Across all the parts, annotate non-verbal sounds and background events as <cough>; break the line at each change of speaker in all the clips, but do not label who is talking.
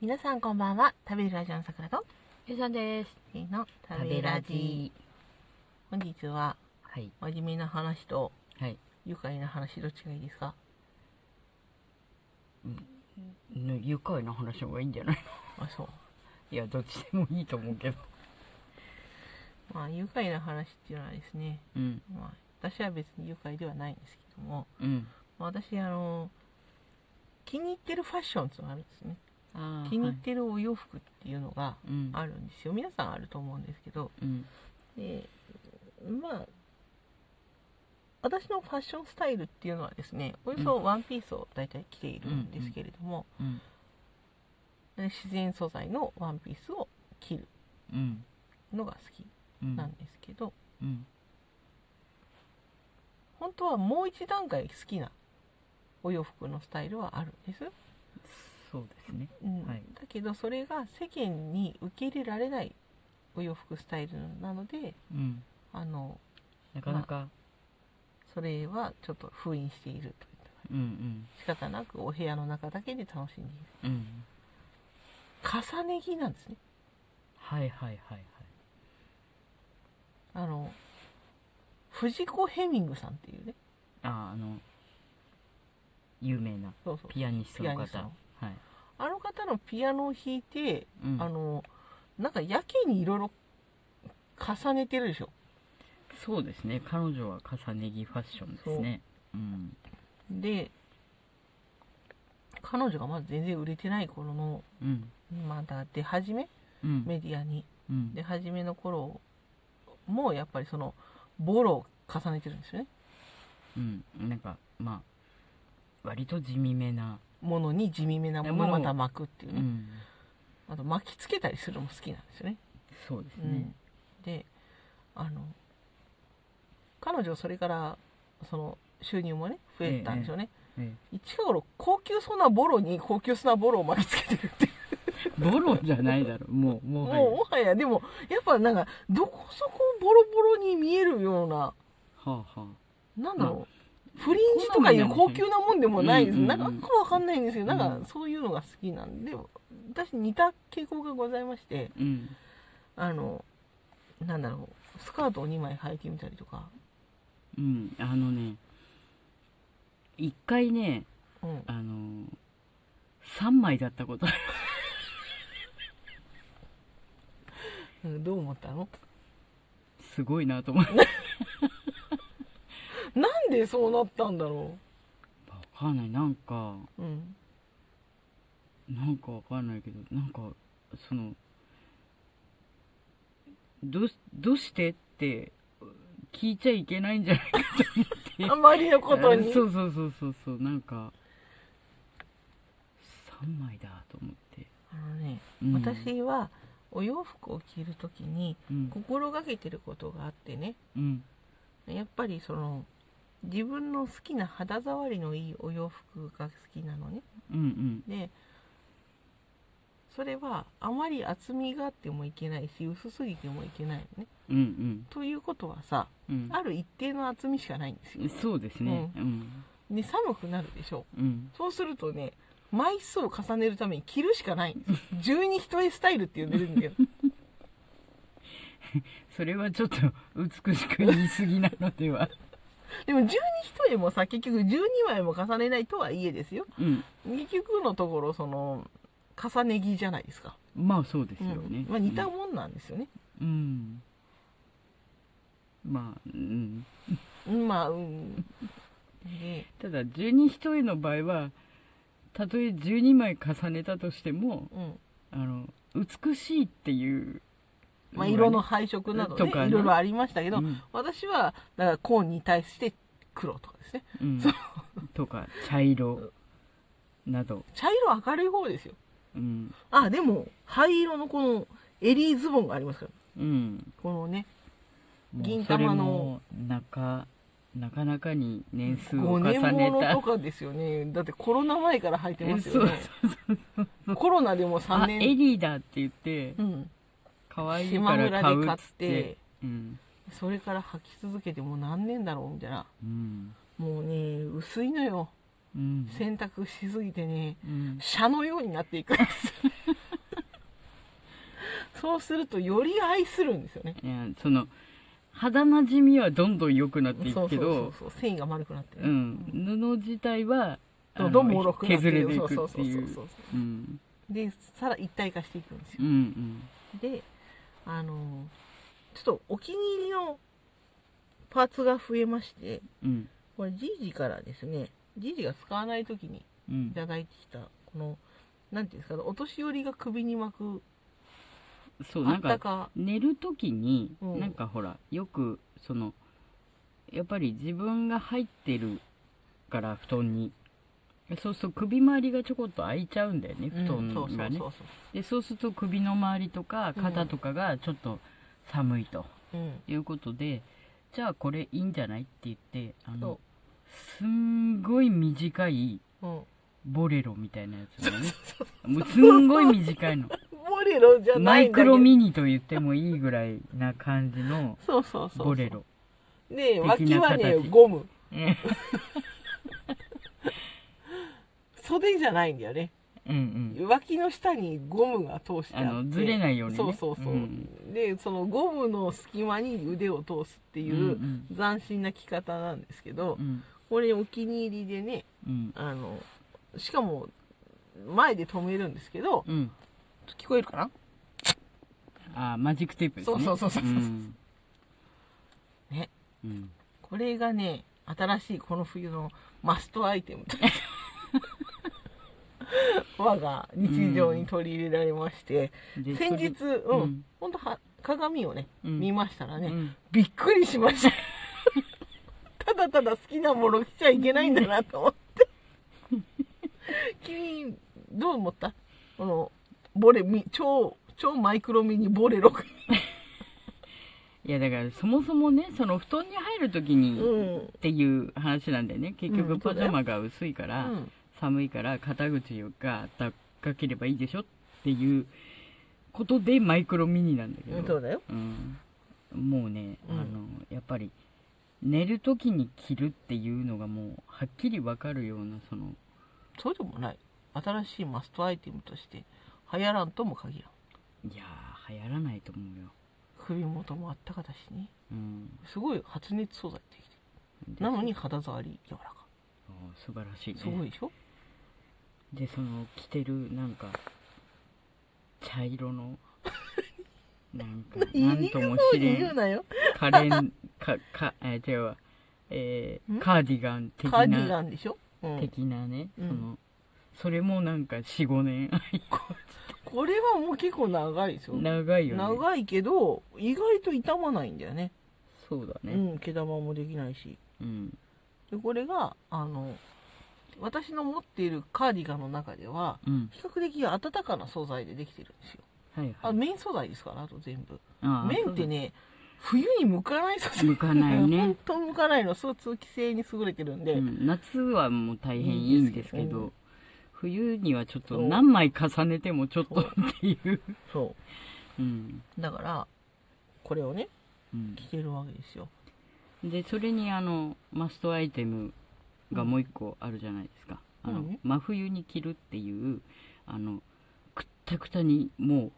皆さんこんばんは食べるラジオの桜と
ゆうさんです。
せーの食べラジ。本日は
はい。
真面目な話と
はい。
愉快な話どっちがいいですか
ぬ愉快な話の方がいいんじゃない <laughs>
あそう
いや、どっちでもいいと思うけど。
まあ愉快な話っていうのはですね
うん。
まあ私は別に愉快ではないんですけども、
うん。
まあ私あの気に入ってるファッションっていうのがあるんですね
あー
気に入
は
っ
い
てるお洋服っていうのが
うん。
あるんですよ皆さんあると思うんですけど
うん。
でまあ私のファッションスタイルっていうのはですねおよそワンピースを大体着ているんですけれども、
うん。
で自然素材のワンピースを着る
うん。
のが好き
うん。
なんですけど、
うん。
本当はもう一段階好きなお洋服のスタイルはあるんです、
そうですね。
うん
はい
だけどそれが世間に受け入れられないお洋服スタイルなので
うん。
あの
なかなか、
それはちょっと封印しているといった
うん
仕方なくお部屋の中だけで楽しんでいる
うん。うん。
重ね着なんですね
はいはいはいはい。
あの藤子ヘミングさんっていうね
あー、あの、有名な
そうそう
ピアニストの
ピア
方。
ニストの
はい。
あの方のピアノを弾いて、
うん。
あのなんかやけにいろいろ重ねてるでしょ
そうですね。彼女は重ね着ファッションですね。うん。
で彼女がまだ全然売れてない頃の
うん。
まだ出始め
うん。
メディアに
うん
出始めの頃もやっぱりそのボロを重ねてるんですよね
うん、なんかまあ割と地味めな、
ものに地味めなものをまた巻くっていううね、
ん、
あと巻きつけたりするのも好きなんですよね
そうですね、
であの彼女はそれからその収入もね増えたんでしょうね、
え
一頃高級そうなボロに高級そうなボロを巻きつけてるっていう
えボロじゃない
<laughs>
だろもうもはや
もうもはやでもやっぱなんかどこそこボロボロに見えるような
はあは
なんだろう、
ま
フリンジとかいう高
好みなんですね
級なもんでもないです、
うんうん
な
う
んんかなんかわかんないんですよ、な
うんん
かそういうのが好きなんで私似た傾向がございまして
あうん
あのなんだろうスカートを2枚履いてみたりとか、
うんあのね一回ね
うん、
あの3枚だったことある
うんどう思ったの
すごいなと思って
なんでそうなったんだろ
わかんないなんか
う、うん、
なんかわかんないけどなんかそのどうしどうしてって聞いちゃいけないんじゃないかと思って
あまりのこと
あ
に
そうそうそうそうそうなんか3枚だと思って、
あのね、
うん、
私はお洋服を着るときに
うん
心がけてることがあってね
うん
やっぱりその自分の好きな肌触りのいいお洋服が好きなのね
うんうん
でそれはあまり厚みがあってもいけないし薄すぎてもいけないのね
うんうん
ということはさ
うん
ある一定の厚みしかないんですよ
そうですねうん
で寒くなるでしょ
うん
そうするとね、枚数を重ねるために着るしかないんです。十二一重スタイルって呼んでるんだけ
<laughs>
ど。
それはちょっと美しく言い過ぎなのでは
でも十二一重もさ、結局十二枚も重ねないとはいえですよ。
うん
結局のところ、その、重ね着じゃないですか。
まあそうです
う
よ
ん
ね、
まあ似たもんなんですよね。
うんまあうん
うん、まあ、うん。で、
ただ十二一重の場合はたとえ12枚重ねたとしても
うん。
あの美しいっていう
まあ色の配色など
と
ね、
かね
いろいろありましたけど、
うん
私は、だから紺に対して黒とかですね。
うん、
<laughs>
とか茶色など、
茶色明るい方ですよ。
うん
あ、でも、灰色のこの襟ズボンがありますから。
うん、
このね、
もう
銀
それ
玉
も
の
なかなかなかに年数を
5
重
年も
ね
の
た
とかですよねだってコロナ前から履いて
え
ます
そ
よ
う
ねコロナでも3
あエ
年
リーだって言って
うん
可愛いから買うっつっ
島
て
村で買って
うん
それから履き続けてもう何年だろうみたいな
うん
もうね薄いのよ
うん
洗濯しすぎてね
うん <laughs>
車のようになっていくんですそうするとより愛するんですよね
いやその肌なじみはどんどん良くなってい
そう
く
そ
け
うそ
ど
うそう繊維が丸くなって
う
ね、
ん布自体はあ
ど
の
んどんもろくなって
削れていく
そう
って
そう
い
そう
う
そう
うん
でさら一体化していくんですよ
うんうん
であのちょっとお気に入りのパーツが増えまして
うん
これじいじからですねじいじが使わない時に
うん
いただいてきたこのなんていうんですかねお年寄りが首に巻く
そう
あ
なん
った
か
か
寝る時に、
うん
なんかほらよくそのやっぱり自分が入ってるから布団にそうすると首周りがちょこっと開いちゃうんだよね布
うんそうそ
団が
う
ね、
そうそ
でそうすると首の周りとか
うん
肩とかがちょっと寒いと
う、うん、
いうことで、じゃあこれいいんじゃないって言ってあ
そ
のすんごい短い
うん、ボ
ボレロみたいなやつがねもうすんごい短いの
レロじゃな
マ
い
イ
んだ
ク
け
ロ
ど
ミニと言ってもいいぐらいな感じの
そうそうそうそう
ボレロ
で
な形
脇はねゴム
うん
<laughs> 袖じゃないんだよね
うん
脇の下にゴムが通してあって
あのずれないようにね
そうそうそう、
うん
でそのゴムの隙間に腕を通すって
う
い
んう
ううん斬新な着方なんですけど、
うん
これお気に入りでね
うん
あのしかも前で止めるんですけど
うん
聞こえるかな
あマジックテープですね
そうそうそうそうそうんね
うん
これがね新しいこの冬のマストアイテムと
<laughs>
我が日常に取り入れられまして、
で
先日、
それ
うん
うん
ほんとは鏡をね、
うん
見ましたらね、
うん
びっくりしましたただただ好きなもの着ちゃいけないんだなと思って君どう思ったこのボレミ超超マイクロミニボレロが、
いやだからそもそもねその布団に入る時
う
に
ん
っていう話なんだよね結
う
局
んそうだ
パジ
よ
ャマが薄いから、寒いから肩口があったかければいいでしょっていうことでマイクロミニなんだけど、
うん、そうだよ
うんもうね、
うん
あのやっぱり寝る時に着るっていうのがもうはっきりわかるようなその
そうでもない新しいマストアイテムとして流行らんとも限らん
いやー流行らないと思うよ、
首元もあったかだしね
うん、
すごい発熱素材ってきて
で
るなのに肌触り柔らか
そう素晴らしいね
すごいでしょ、
でその着てるなんか茶
<laughs>
色のなんかなんとも知れ
言うんなよ
カレンかかえ違うわえー
ん
カーディガン的
カーディガ
な
ンでしょ、うん、
的なね、
うん
そのそれもなんか45年
これはもう結構長いですよ
長いよね
長いけど意外と傷まないんだよね
そうだね
うん毛玉もできないし
うん
でこれがあの私の持っているカーディガンの中では
うん
比較的暖かな素材でできてるんですよ
はいは
あ
い
綿素材ですからあと全部
あ
綿ってね冬に向かない素材
向かない
<laughs>
ね
本当向かないのそう通気性に優れてるんで、
そううん夏はもう大変いいんですけど
うん
冬にはちょっと
そう
何枚重ねてもちょっとっていう
そ
うん
うだからこれをね
うん
着てるわけですよ
でそれにあのマストアイテムがもう一個あるじゃないですか、あの
何
真冬に着るっていうあのくったくたにもう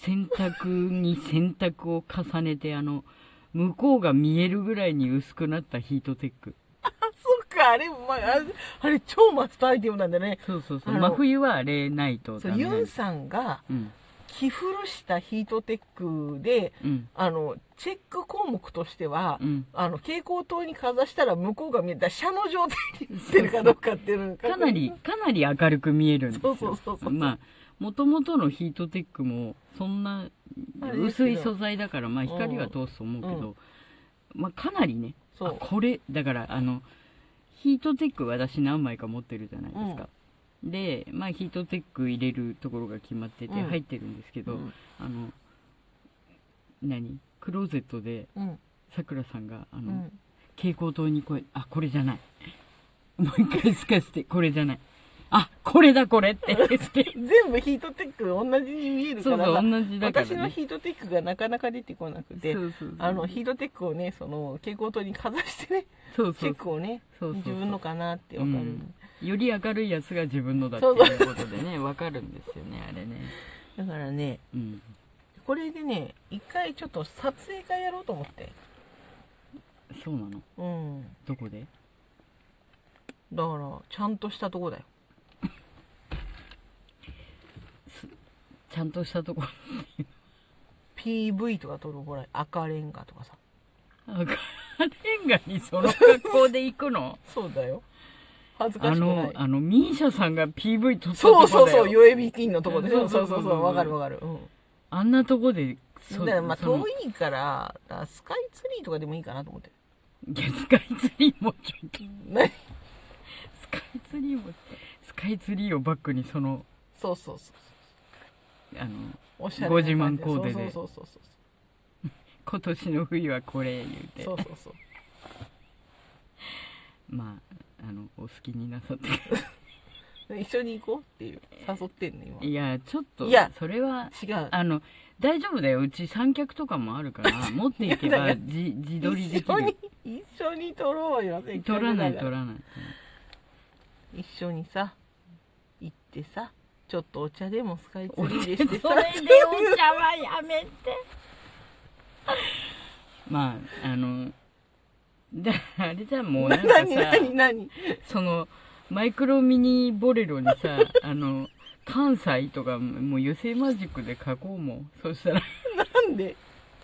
洗濯に洗濯を重ねてあの向こうが見えるぐらいに薄くなったヒートテック
あそっかあれ,、まあ、あれあれ超マストアイテムなんだね
そうそうそう
あの
真冬はあれないと
そ
ダ
う
メ
ユ
なんで
ン
す
さんが
うん
着古したヒートテックで
うん
あのチェック項目としては、
うん
あの蛍光灯にかざしたら向こうが見えた車の状態にしてるかどうかっていうのが確認
かなりかなり明るく見えるんですよ
そうそうそうそう
まあもともとのヒートテックもそんな
あれですけ
薄
ど
い素材だからまあ光は通すと思うけど、まあ、かなりね
そ
あ
う
これだからあのヒートテック私何枚か持ってるじゃないですか、で、まあ、ヒートテック入れるところが決まってて
うん
入ってるんですけど、
うん
あの何クローゼットで
うん
さくらさんがあ
う
の、
ん
蛍光灯にこれ、あ、これじゃない。もう一回透かして、これじゃない。あ、これだこれって言って。
全部ヒートテック同じに見えるか
<laughs> そう
ら
そう、
さ
同じだから、ね。
私のヒートテックがなかなか出てこなくて
そうそうそう
あのヒートテックをねその蛍光灯にかざしてね
そう
チ
そ
ェッ
う
クをね
そうそうそう
自分のかなってわかる、
うんより明るいやつが自分のだっていうことでね、わかるんですよね、あれね。
だからね
うん。
これでね一回ちょっと撮影会やろうと思って
そうなの
うん
どこで
だからちゃんとしたとこだよ
ちゃんとしたとこ
PV とか撮るほら赤レンガとかさ
赤レンガにその格好で行くの
そうだよ恥ず
あ
かしくない
のあのミーシャさんが PV 撮ったと
そう
こだ
そ
よ
うそう、ヨエビ金のとこで。
そ
そうう
そ
そううそ
そ
うう、
そう
わかるわかる。うん。
あんなとこで
だからまあ
その
遠いから、だからスカイツリーとかでもいいかなと思って。
いやスカイツリーもちょっと
ね
スカイツリーもスカイツリーをバックにその
<laughs> そうそうそう。
あの
おしゃれな感じ。
50万コーデで
そうそうそう
今年の冬はこれ言うて
そう。そうそうそう。
まああのお好きになさって
で一緒に行こうっていう、誘ってんの今。
いやちょっと
いや
それは
違う。
あの大丈夫だようち三脚とかもあるから <laughs> 持っていけ
い
ば
や
じ自撮りで
一
き
緒
る
に、一緒に撮ろうよ。せっか
撮
く
らない撮
から
ない <laughs>
一緒にさ、行ってさ、ちょっとお茶でもスカイツ
お
リ
茶そ
ー
れ
でし
でお
て
茶
さ。
はやめて <laughs> まああのだあれじゃもうなんかさ
何何何
そのマイクロミニボレロに
<laughs>
さあの関西とかもう油性マジックで書こうもんそしたら
なんで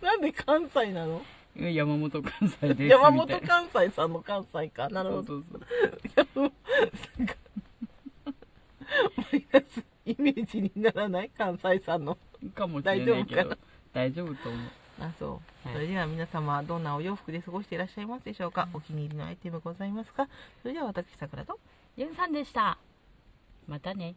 なんで関西なの
山本関西ですみたいな
山本関西さんの関西か。なるほど。
そうそうそう
マイナスイメージにならない関西さんの
かもしれない
大丈
け
夫か
ど
な
大丈夫と思う
あそ
は
う
い
それでは皆様どんなお洋服で過ごしていらっしゃいますでしょうかお気に入りのアイテムございますかそれでは私さくらと
ゆうさんでしたまたね